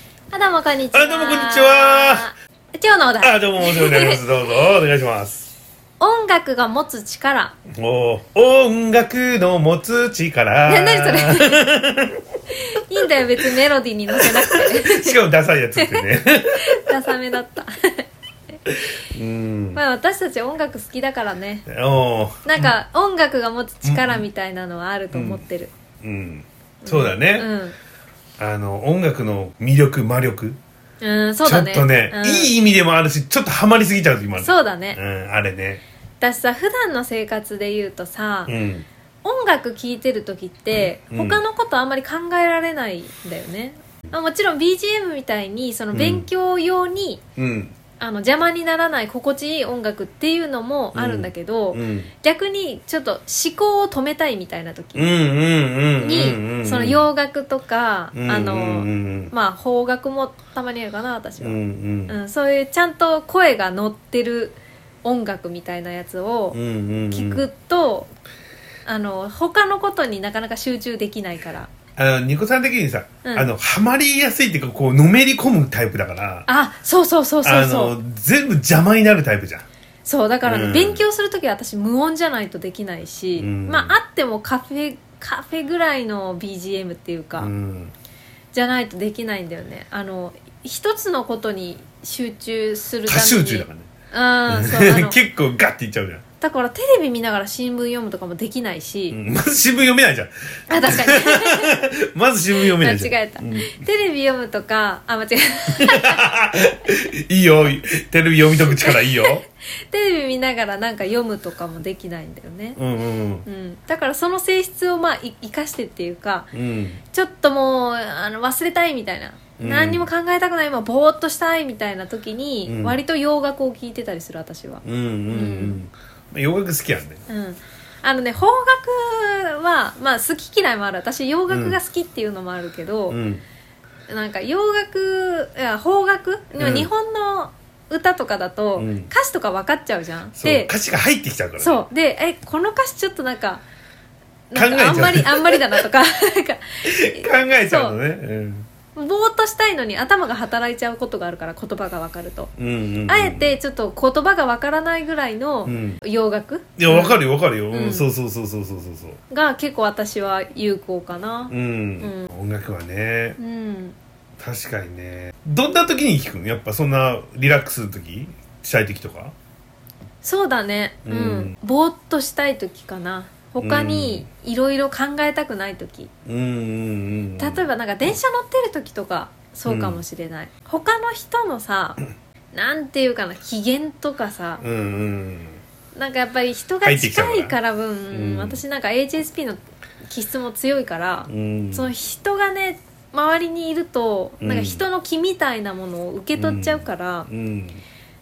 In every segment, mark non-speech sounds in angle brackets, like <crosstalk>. こんにちは。あどうもこんにちは。今日のお題。あ、どうも、お世話になります。どうぞ、お願いします。音楽が持つ力。お音楽の持つ <laughs> 力。え、なにそれ <laughs> いいんだよ、別にメロディーに乗せなくて。 <laughs> しかもダサいやつってね。ダサめだった。うん。まあ私たち音楽好きだからね。おーなんか音楽が持つ力みたいなのはあると思ってる。うん。そうだねう、ん。あの、音楽の魅力、魔力。うん、そうだね。ちょっとね、うんいい意味でもあるし、ちょっとハマりすぎちゃう時もある。そうだね。うん、あれね。私さ、普段の生活で言うとさ、うん。音楽聴いてる時って、うん他のことあんまり考えられないんだよね、まあ、もちろん BGM みたいにその勉強用に、うん。あの邪魔にならない心地いい音楽っていうのもあるんだけど、うん。逆にちょっと思考を止めたいみたいな時うんうんうん。に、うんその洋楽とか、うんあうんうのんまあ邦楽もたまにあるかな私うは、ん。ううんんうん。そういうちゃんと声が乗ってる音楽みたいなやつを、うんうん。聞く。と、あの他のことになかなか集中できないからあの、ニコさん的にさ、うんあの、ハマりやすいっていうか、こう、のめり込むタイプだから。あそうそうそうそうそあうの全部邪魔になるタイプじゃんそうだからね、うん勉強する時は私無音じゃないとできないし、うんまああってもカフェカフェぐらいの BGM っていうか、うんじゃないとできないんだよねあの一つのことに集中するた多めに集中だからうんそうあねの <laughs> 結構ガッていっちゃうじゃん <laughs> だからテレビ見ながら新聞読むとかもできないし、うん、まず新聞読めないじゃんあ確 <laughs> かにまず新聞読めないじゃん間違えたうんテレビ読むとかあ間違えた <laughs> いいよテレビ読み解く力いいよテレビ見ながらなんか読むとかもできないんだよね、うんうんうん、だからその性質をまあい生かしてっていうかうんちょっともうあの忘れたいみたいな、うん何にも考えたくない今ぼーっとしたいみたいな時に、うん割と洋楽を聴いてたりする私は、うんうんうん洋楽好きやんねうん、あのね邦楽は、まあ、好き嫌いもある私洋楽が好きっていうのもあるけど、うんなんか洋楽いや邦楽、うん日本の歌とかだと、うん歌詞とか分かっちゃうじゃんそう歌詞が入ってきちゃうからねそうでえこの歌詞ちょっとなんかなん考えちかゃあうんまりあんまりだなとか <laughs> なんか考えちゃうのねうんぼーっとしたいのに頭が働いちゃうことがあるから言葉が分かると、うんうんうんあえてちょっと言葉が分からないぐらいのうん洋楽、いやわかるよわかるよ、うんうんそうそうそうそうそうそうそうが結構私は有効かなうん、音楽はねうん、確かにねどんな時に聞くのやっぱそんなリラックスの時したい時とかそうだねうん、うんぼーっとしたい時かな他にいろいろ考えたくない時、うんうんうん例えばなんか電車乗ってる時とかそうかもしれない、他の人の <clears throat> さなんていうかな機嫌とかさうんうんなんかやっぱり人が入ってきちゃう近からいから分、うん私なんか HSP の気質も強いからう、んその人がね周りにいるとうんなんか人の気みたいなものを受け取っちゃうから、うん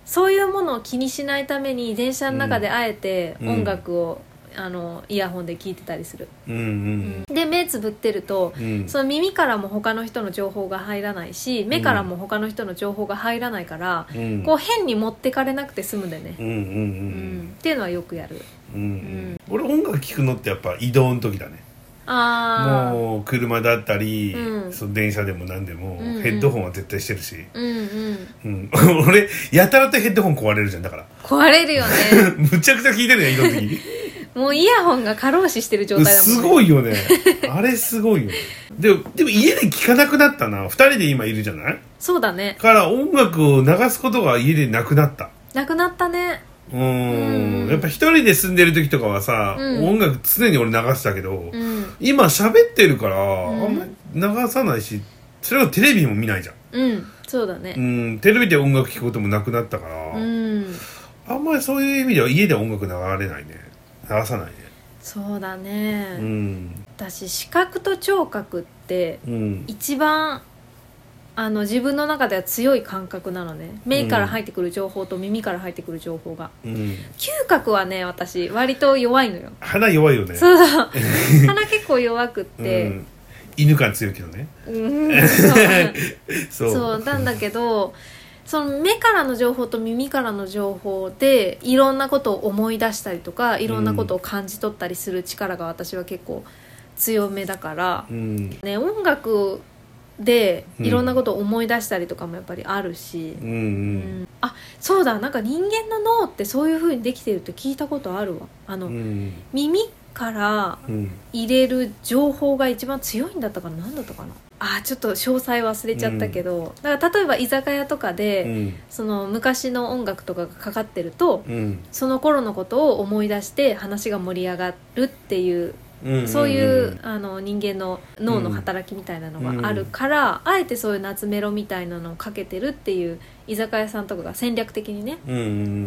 そういうものを気にしないために電車の中であえてうん音楽を、あのイヤホンで聴いてたりする、うんうんで目つぶってるとうんその耳からも他の人の情報が入らないし目からも他の人の情報が入らないから、うんこう変に持ってかれなくて済むんだよね、うんうんううんんっていうのはよくやるうんうん俺音楽聴くのってやっぱ移動の時だねああもう車だったり、うんその電車でも何でも、うんうんヘッドホンは絶対してるし、うんうんうん、 <laughs> 俺やたらとヘッドホン壊れるじゃんだから <laughs> 壊れるよねむちゃくちゃ聴いてるね移動の時もうイヤホンが過労死してる状態だもん、ね、すごいよね <laughs> あれすごいよねでもでも家で聴かなくなったな2人で今いるじゃないそうだねから音楽を流すことが家でなくなったなくなったねうーうんんやっぱ一人で住んでる時とかはさ、うん音楽常に俺流してたけど、うん今喋ってるから、んあんまり流さないしそれはテレビも見ないじゃんうんそうだねうんテレビで音楽聴くこともなくなったから、うんあんまりそういう意味では家で音楽流れないね流さないねそうだね、うん私視覚と聴覚ってうん一番あの自分の中では強い感覚なのね目から入ってくる情報と耳から入ってくる情報が、うん嗅覚はね私割と弱いのよ鼻弱いよねそう <laughs> そう鼻結構弱くっうてん、犬感強いけどねうん、そうそうそうなんだけどその目からの情報と耳からの情報でいろんなことを思い出したりとかいろんなことを感じ取ったりする力が私は結構強めだから、うんね、音楽でうんいろんなことを思い出したりとかもやっぱりあるし、うんううんんあそうだなんか人間の脳ってそういうふうにできてるって聞いたことあるわあうの、ん耳からうん入れる情報が一番強いんだったかな何だったかなあーちょっと詳細忘れちゃったけど、だから例えば居酒屋とかで、うんその昔の音楽とかがかかってるとうんその頃のことを思い出して話が盛り上がるっていううんそういうあの人間の脳の働きみたいなのがあるから、あえてそういう夏メロみたいなのをかけてるっていう居酒屋さんとかが戦略的にねうんう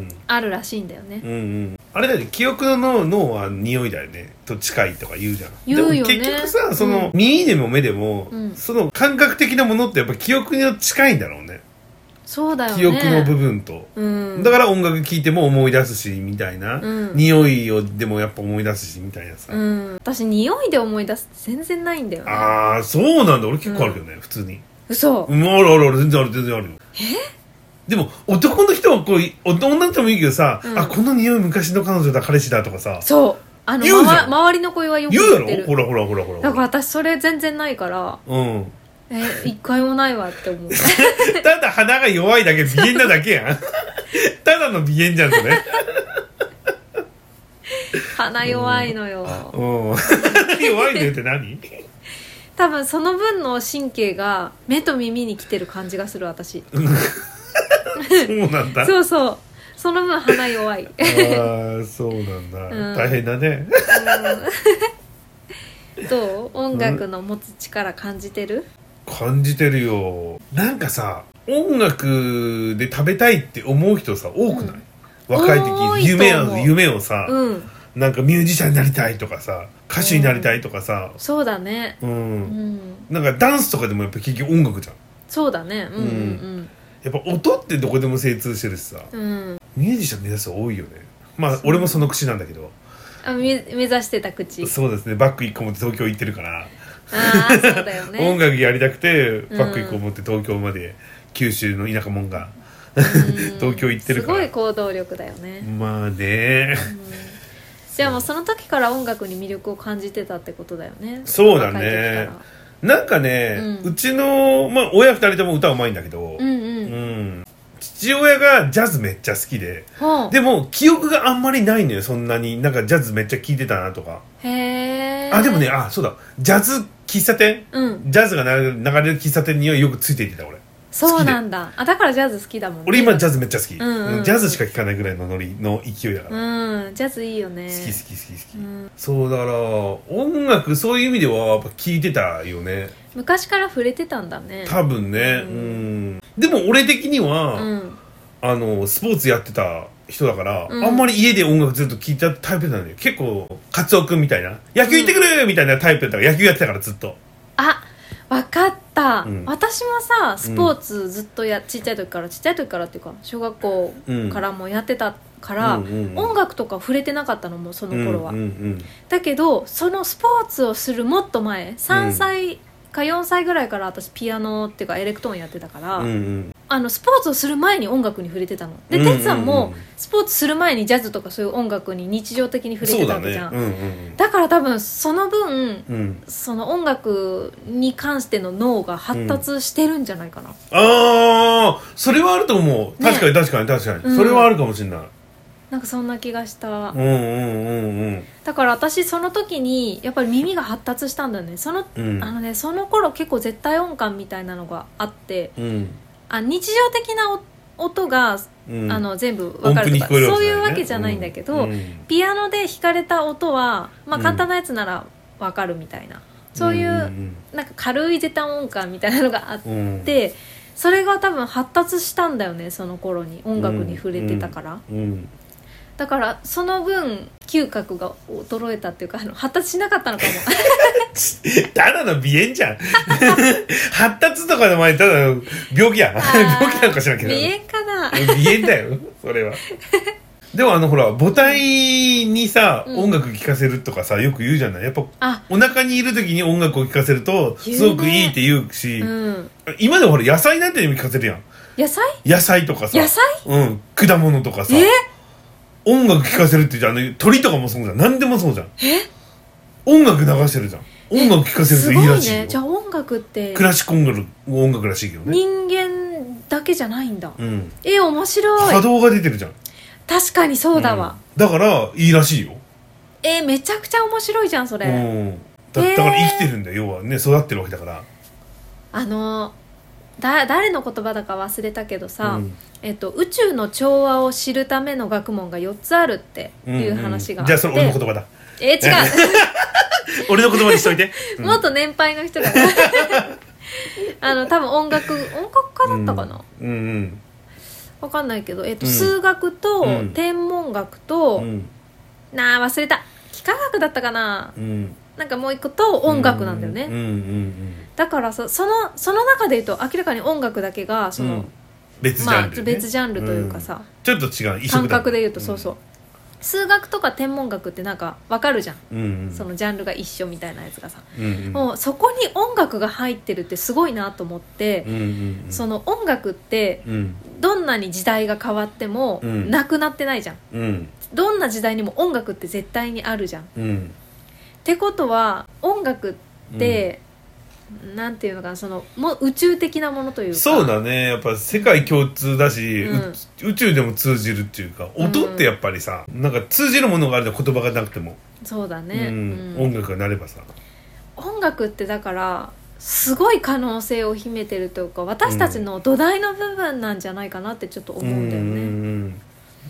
んあるらしいんだよねうんう。んあれだよね記憶の脳脳は匂いだよねと近いとか言うじゃん言うよねでも結局さその、う耳でも目でも、うんその感覚的なものってやっぱ記憶に近いんだろうねそうだよね。記憶の部分と、うん、だから音楽聴いても思い出すしみたいな、うん匂いをでもやっぱ思い出すしみたいなさ、うん、私匂いで思い出すって全然ないんだよねああそうなんだ俺結構あるけどね、普通に嘘うんあるあるある全然ある全然あるよでも男の人はこうい女の人もいいけどさ、うんあこの匂い昔の彼女だ彼氏だとかさそうあの言うじまわゃん周りの声はよく言言っうてだるろほらほらほらほらだから私それ全然ないからうん、え一回もないわって <laughs> 思うただ鼻が弱いだけ鼻炎なだけやん <laughs> ただの鼻炎じゃんそ <laughs> れ鼻弱いのようん <laughs> 弱いねっ <laughs> て何多分その分の神経が目と耳に来てる感じがする私そうなんだそうそうその分鼻弱い、うんああそうなんだ、うん大変だね <laughs> どう音楽の持つ力感じてる、感じてるよなんかさ音楽で食べたいって思う人さ多くない、若い多い時と夢思うを夢をさ、うんなんかミュージシャンになりたいとかさ歌手になりたいとかさそうだねうん、うんなんかダンスとかでもやっぱ結局音楽じゃんそうだねうんうんやっぱ音ってどこでも精通してるしさうん、うんミュージシャン目指す人多いよねまあ俺もその口なんだけどあみ目指してた口そうですねバック1個持って東京行ってるから、ああそうだよね <laughs> 音楽やりたくてバックうん1個持って東京まで、九州の田舎もんがうん東京行ってるからすごい行動力だよね、まあうねんじゃあもうその時から音楽に魅力を感じてたってことだよねそうだ若いね時からなんかね、ううんちの、まあ、親2人とも歌うまいんだけうんうん、ど、うん父親がジャズめっちゃ好きでほうでも記憶があんまりないのよそんなになんかジャズめっちゃ聴いてたなとか、へえあでもねあそうだジャズ喫茶店うんジャズが流れる流れる喫茶店にはよくついていってた俺そうなんだあだからジャズ好きだもんね俺今ジャズめっちゃ好き、んうんうんジャズしか聴かないぐらいのノリの勢いだから、好うんジャズいいよねき好き好き好き、うんそうだから音楽そういう意味ではやっぱ聴いてたよね昔から触れてたんだね多分ねううんん、でも俺的には、うんあのスポーツやってた人だから、うんあんまり家で音楽ずっと聴いたタイプなのよ結構カツオ君みたいな野球行ってくるみたいなタイプだったから、野球やってたからずっとあわかった、うん私もさスポーツずっとやちっちゃい時からちっちゃい時からっていうか小学校からもやってたから、うんうんうん音楽とか触れてなかったのもうその頃は、うんうんだけどそのスポーツをするもっと前3歳か4歳ぐらいから私ピアノっていうかエレクトーンやってたから、うんうんうんあのスポーツをする前に音楽に触れてたのでうんうんうん哲さんもスポーツする前にジャズとかそういう音楽に日常的に触れそてうただわけねじゃんうんうんだから多分その分うんうんその音楽に関しての脳が発達してるんじゃないかな、ああそれはあると思うね確かに確かに確かに、うんそれはあるかもしれないなんかそんな気がした、うんうんうんだから私その時にやっぱり耳が発達したんだよねその、うんうんあのねその頃結構絶対音感みたいなのがあってうんあ日常的なお音が、うんあの全部わ音か符るにとか聞こえるそういうわわけけじじゃゃなないいねんだけど、うんうんピアノで弾かれた音は、まあ、うん簡単なやつならわかるみたいな、そういう、んなんか軽い絶対音感みたいなのがあってうんうんでそれが多分発達したんだよねその頃に音楽に触れてたから、うんだからその分嗅覚が衰えたっていうかあの発達しなかった <laughs> のかもただの鼻炎じゃん <laughs> 発達とかの前にただの病気や病気なんかしなきゃ鼻炎かな鼻炎だよ <laughs> それはでもあのほら母体にさ、うん音楽聴かせるとかさよく言うじゃないやっぱあお腹にいる時に音楽を聴かせると言うねすごくいいって言うしうん今でもほら野菜なんてにも聞かせるやん野菜野菜とかさ野菜うん果物とかさえ音楽聴かせるってじゃんあの鳥とかもそうじゃん何でもそうじゃん音楽流してるじゃん音楽聴かせるとすいいごらいしいよねじゃあ音楽ってクラシック音楽音楽らしいけどね、人間だけじゃないんだうん、え面白波い動が出てるじゃん確かにそうだわ、うんだからいいらしいよ、えめちゃくちゃ面白いじゃんそれ、うんだえーだから生きてるんだよ要はね育ってるわけだからあのだ誰の言葉だか忘れたけどさ、うんえっと、宇宙の調和を知るための学問が4つあるっていう話があっんじて、ゃあそれ俺の言葉だえ違 <laughs> 俺の言葉にしといて、う、うんもっと年配の人が <laughs> あの多分音楽音楽家だったかな、わうんうんかんないけど、えっとうん数学と、うん天文学うと、んなあ忘れた幾何学だったかなうんなんかもう一個と音楽なんだよね、うんうんうんだからさそのその中で言うと明らかに音楽だけがその、うん別ジまャあンル、ね別ジャンルというかさ、ちょっと違う異色だ感覚で言うと、そうそう数学とか天文学ってなんかわかるじゃん、うん、うんうん、そのジャンルが一緒みたいなやつがさ、うんうん、もうそこに音楽が入ってるってすごいなと思ってう、んうんうん、その音楽ってうんどんなに時代が変わってもうんなくなってないじゃんうんどんな時代にも音楽って絶対にあるじゃんっうんてことは音楽って、なんていうのかなそのもう宇宙的なものというかそうだねやっぱ世界共通だし、うんう宇宙でも通じるっていうか音ってやっぱりさ、なんか通じるものがあると言葉がなくても、そうだね、うんうん音楽がなればさ音楽ってだからすごい可能性を秘めてるというか私たちの土台の部分なんじゃないかなってちょっと思うんだようんね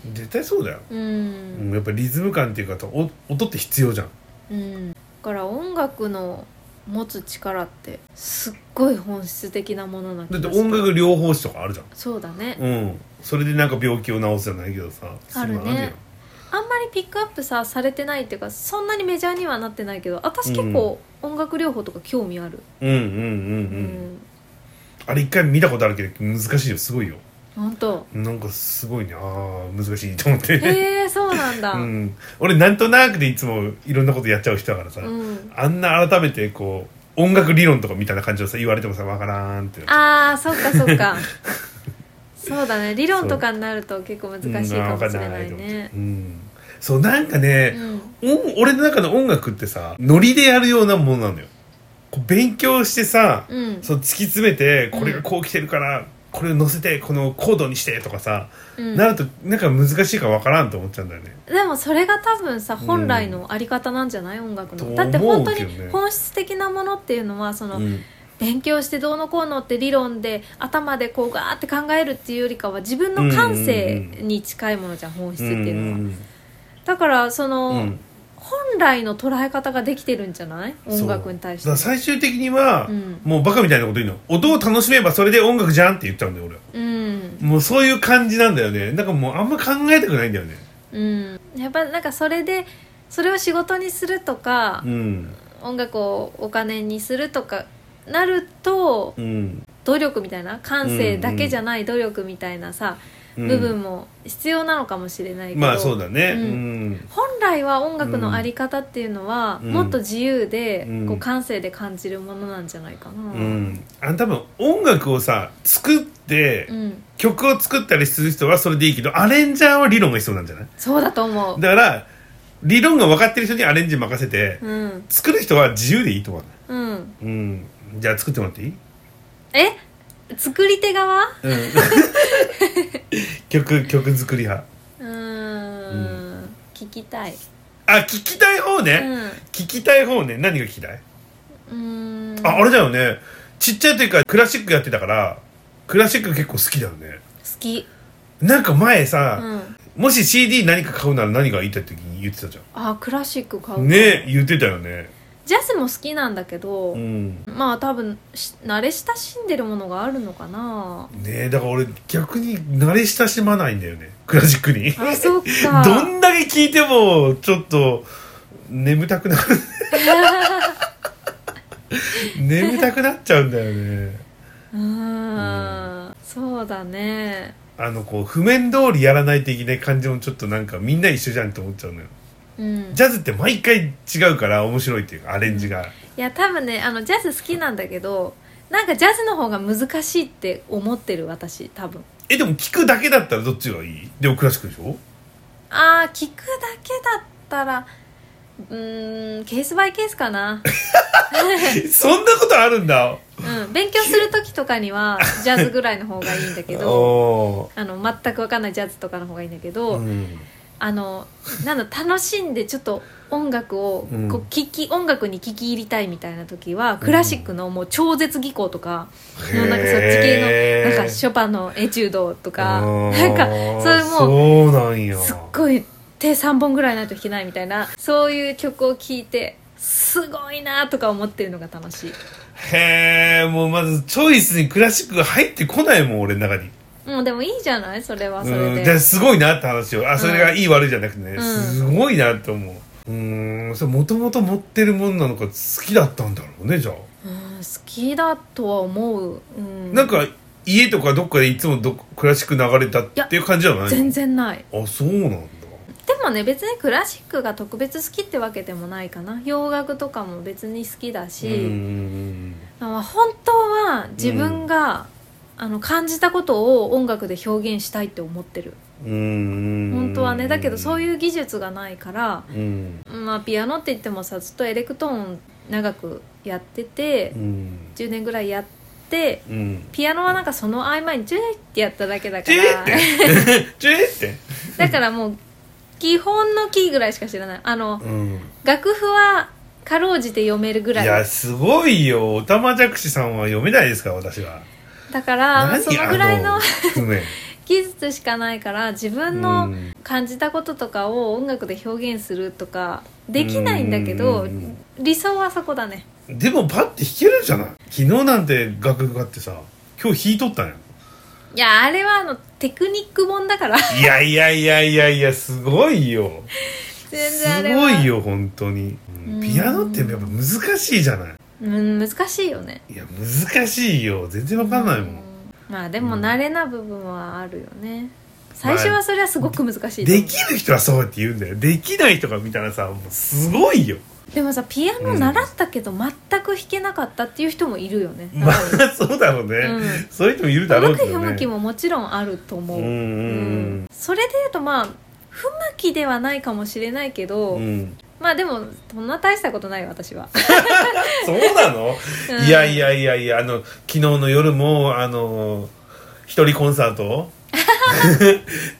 うん絶対そうだよ、うん、うんやっぱリズム感っていうかお音って必要じゃんうんだから音楽の持つ力ってすっごい本質的なものな気だがっすてる音楽療法士とかあるじゃんそうだね、うんそれでなんか病気を治すじゃないけどさあるねそういうのよあんまりピックアップさされてないっていうかそんなにメジャーにはなってないけど私結構音楽療法とか興味あるうんうんう、うんんうんあれ一回見たことあるけど難しいよすごいよ本当なんかすごいねあー難しいと思って、へえそうなんだ、うん、俺なんとなくでいつもいろんなことやっちゃう人だからさ、うんあんな改めてこう音楽理論とかみたいな感じをさ言われてもさわからんってああそっかそっ <laughs> かそうだね理論とかになると結構難しいかもしれないねうん、うんそうなんかね、うん音俺の中の音楽ってさノリでやるようなものなのよこう勉強してさ、うんそう突き詰めてこれがこう来てるから、これを乗せてこのコードにしてとかさ、うんなるとなんか難しいからわからんと思っちゃうんだよねでもそれが多分さ本来のあり方なんじゃない、音楽との思うだって本当けにどね本質的なものっていうのはその、うん勉強してどうのこうのって理論で頭でこうガーって考えるっていうよりかは自分の感性に近いものじゃん本質っていうのは、んだからその、うんうん本来の捉え方ができてるんじゃない音楽に対してそうだから最終的には、うんもうバカみたいなこと言うの音を楽しめばそれで音楽じゃんって言っちゃうんだよ俺はうんもうそういう感じなんだよねなんかもうあんま考えたくないんだよねうん、やっぱなんかそれでそれを仕事にするとかう、ん音楽をお金にするとかなるとうん努力みたいな感性だけじゃない努力みたいなさ、うん部分も必要なのかもしれないけど、まあそうだねううんん本来は音楽のあり方っていうのは、うんもっと自由で、うんこう感性で感じるものなんじゃないかな。うん、あ多分音楽をさ作って、うん曲を作ったりする人はそれでいいけどアレンジャーは理論が必要なんじゃないそうだと思う。だから理論が分かってる人にアレンジ任せて、うん、作る人は自由でいいと思ううん、うんじゃあ作ってもらっていい、え作り手側うん、曲曲作り派うーん、ん、聞きたい。あ聞きたい方ね、うん聞きたい方ね何が聞きたい、うーんああれだよねちっちゃい時からクラシックやってたからクラシック結構好きだよね好き、なんか前うさ、ん、もし CD 何か買うなら何がいいって時に言ってたじあクラシック買ゃうんね言ってたよねジャズも好きなんだけど、うんまあ多分し慣れ親しんでるものがあるのかなねえだから俺逆に慣れ親しまないんだよねクラシックにあそっかどんだけ聞いてもちょっと眠たくなる <laughs> 眠たくなっちゃうんだよねうーん <laughs> そうだねあのこう譜面通りやらないといけない感じもちょっとなんかみんな一緒じゃんって思っちゃうのようんジャズって毎回違うから面白いっていうかアレンジが、いや多分ねあのジャズ好きなんだけどなんかジャズの方が難しいって思ってる私多分えでも聞くだけだった <laughs> らどっちがいいでもクラシックでしょあー聞くだけだったらうーんケースバイケースかな、そんなことあるんだうん、勉強する時とかに <laughs> はジャズぐらいの方がいいんだけどおあの全く分かんないジャズとかの方がいいんだけど、ーうんあのなんだ楽しんでちょっと音楽をうんこう聞き、音楽に聞き入りたいみたいな時はクラシックのもう超絶技巧とか、のなんかそっち系へのーなんかショパンのエチュードとかあなーんかそれもそうなんやすっごい手3本ぐらいないと弾けないみたいなそういう曲を聴いてすごいなとか思ってるのが楽しいへえもうまずチョイスにクラシックが入ってこないもん俺の中にもうでもいいじゃないそれはそれうんでですごいなって話をあそれがいい悪いじゃなくてね、うんすごいなって思ううんそれもともと持ってるもんなのか好きだったんだろうねじゃあ、うん好きだとは思う、うん、なんか家とかどっかでいつもどクラシック流れたっていう感じじゃない全然ないあそうなんだでもね別にクラシックが特別好きってわけでもないかな洋楽とかも別に好きだうし、んまあ本当は自分が、あの感じたことを音楽で表現したいって思ってるうん本当はねだけどそうういう技術がないから、うんまあ、ピアノって言ってもさずっとエレクトーン長くやっててうん10年ぐらいやってうんピアノはなんかその合間にジュエってやっただけだかチェーらって <laughs> チェーってだからもう基本のキーぐらいしか知らないあのうん楽譜はかろうじて読めるぐいやらいすごいよおたまじゃくしさんは読めないですから私はだから何そのぐらいあの <laughs> 譜面技術しかないから自分うのん感じたこととかを音楽で表現するとかできないんだけうどん理想はそこだねでもパッて弾けるじゃない昨日なんて楽譜があってさ今日弾いとったんやいやあれはあのテクニック本だから <laughs> いやいやいやいやいやすごいよ全す然あれはごいよ本当に、うんうんピアノってやっぱ難しいじゃないうん難しいよねいや難しいよ全然わかんないもん、うんまあでも慣れな部分はあるよね最初はそれはすごく難しいと思うできる人はそうって言うんだよできない人が見たらさもうすごいよでもさピアノ習ったけど全く弾けなかったっていう人もいるよね、まあ <laughs> そうだろうね、うんそういう人もいるだろ向うけきどね不向きももちろんあると思う、うんうんそれで言うとまあ不向きではないかもしれないけど、うん、うん、まあでもそんな大したことないよ私は、 <laughs> そうなのうんいやいやいやいやあの昨日の夜もあの一人コンサー <laughs> ト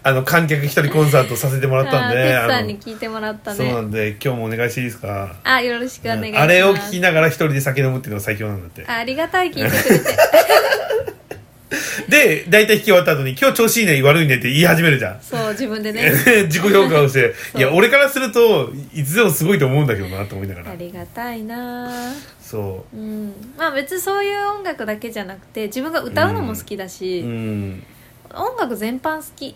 あの観客一人コンサートさせてもらったん <laughs> あーでテツさあんのに聞いてもらったそうなねんで今日もお願いしていいですかあよろしくお願いしますあれを聞きながら一人で酒飲むっていうのが最強なんだってあありがたい聞いてくれ <laughs> てで大体弾き終わった後に「今日調子いいね悪いね」って言い始めるじゃんそう自分でね <laughs> 自己評価をしてそういや俺からするといつでもすごいと思うんだけどなと思いながらありがたいなあそうんまあ別にそういう音楽だけじゃなくて自分が歌うのも好きだうし、うん音楽全般好き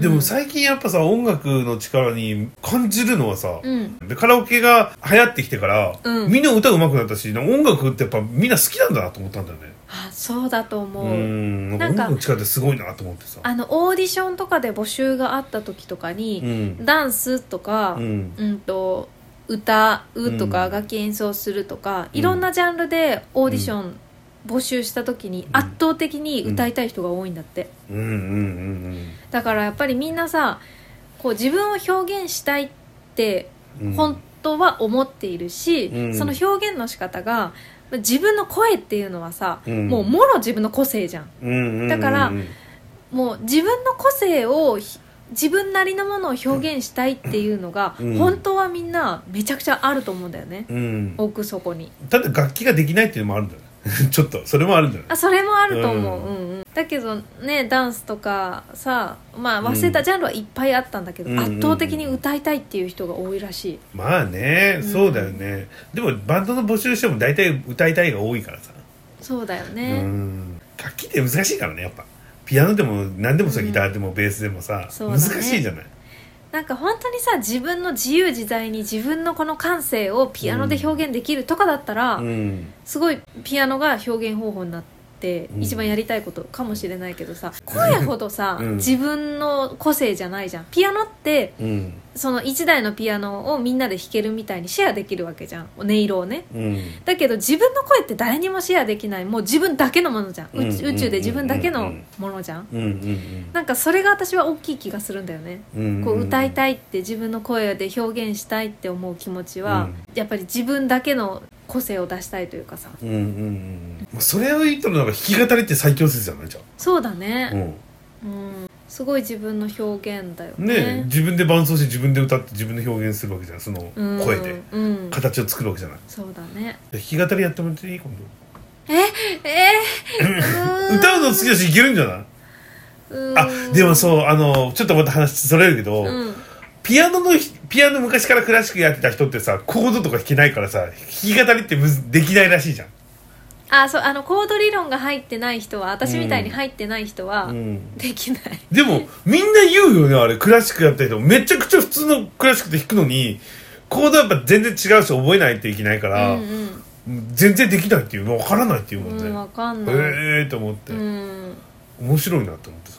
でうもん最近やっぱさ音楽の力に感じるのはさ、うんでカラオケが流行ってきてから、うんみんな歌うまくなったし音楽ってやっぱみんな好きなんだなと思ったんだよねあそうだと思うう、んななんかん音か楽の力ってすごいなと思ってさあのオーディションとかで募集があった時とかうに、んダンスとか、ううんんと歌うとか、うん楽器演奏するとか、うんいろんなジャンルでオーディション募集した時にん圧倒的に歌いたい人が多いんだって、うんうんうんだからやっぱりみんなさこう自分を表現したいってうん本当は思っているし、うんその表現の仕方が自分の声っていうのはさ、うんもうもろ自分の個性じゃんうんうんうんだからうんもう自分の個性をひ自分なりのものを表現したいっていうのが、うん本当はみんなめちゃくちゃあると思うんだよね、うん奥底にただ楽器ができないっていうのもあるんだよね <laughs> ちょっとそれもあるんだよねあそれもあると思う、ううんうんだけどねダンスとかさまあ忘れたジャンルはいっぱいあったんだけど、うん圧倒的に歌いたいっていう人が多いらしい、まあねうんそうだよね、でもバンドの募集しても大体歌いたいが多いからさそうだようね、ん楽器って難しいからねやっぱピアノでも何でもさうんギターでもベースでもさ、そうだ難ねしいじゃないなんか本当にさ自分の自由自在に自分のこの感性をピアノで表現できるとかだったら、うんすごいピアノが表現方法になっってうん一番やりたいことかもしれないけどさ、声ほどさ、 <laughs> うん自分の個性じゃないじゃんピアノってうんその1台のピアノをみんなで弾けるみたいにシェアできるわけじゃん音色をねうんだけど自分の声って誰にもシェアできないもう自分だけのものじゃん、うちう宇ん宙で自分だけうのんものじゃん、うんうんなんかそれが私は大きい気がするんだよね、うんこう歌いたいって自分の声で表現したいって思う気持ちは、やっぱり自分だけの個性を出したいというかさうんうんうんもうそれを言っとるのが弾き語りって最強説じゃないじゃそうだん、ね、うんうんすごい自分の表現だよねね自分で伴奏して自分で歌って自分で表現するわけじゃんそのうん声でうん形を作るわけじゃないそうだねで弾き語りやってもらっていい今度えー歌うの好きだしいけるんじゃないあでもそうあのちょっとまた話それるけど、うん、ピアノのひピアノ昔からクラシックやってた人ってさコードとか弾けないからさ弾き語りってむずできないらしいじゃんあそうあのコード理論が入ってない人は私みたいに入ってない人は、うんできないでもみんな言うよねあれクラシックやった人めちゃくちゃ普通のクラシックで弾くのにコードはやっぱ全然違うし覚えないといけないから、うんうん全然できないっていうの分からないっていうもんね、うん、わかんない、ええー、と思って、うん面白いなと思ってさ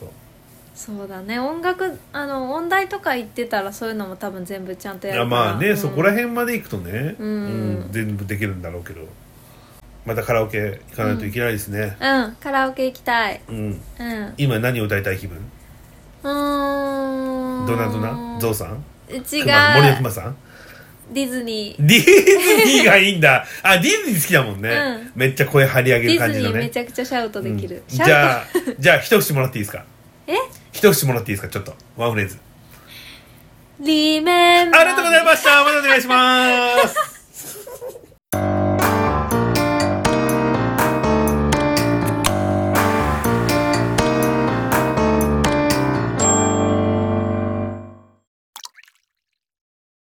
そうだね音楽あの音大とか行ってたらそういうのも多分全部ちゃんといややるからまあね、うんそこら辺まで行くとね、うん全部できるんだろうけどまたカラオケ行かないといけないですね、うんカラオケ行きたいうんうんう今何を歌いたい気分ーんドナドナゾウさん違うクマ森のくまさんディズニーディズニーがいいんだあディズニー好きだもんね、うんめっちゃ声張り上げデるィ感ズじニのーめねちゃくちゃシャウトできる、うんシャじウトゃあじゃあ一節もらっていいですかえ一節もらっていいですかちょっとワンフレーズリメンバありがとうございましたまたお願いします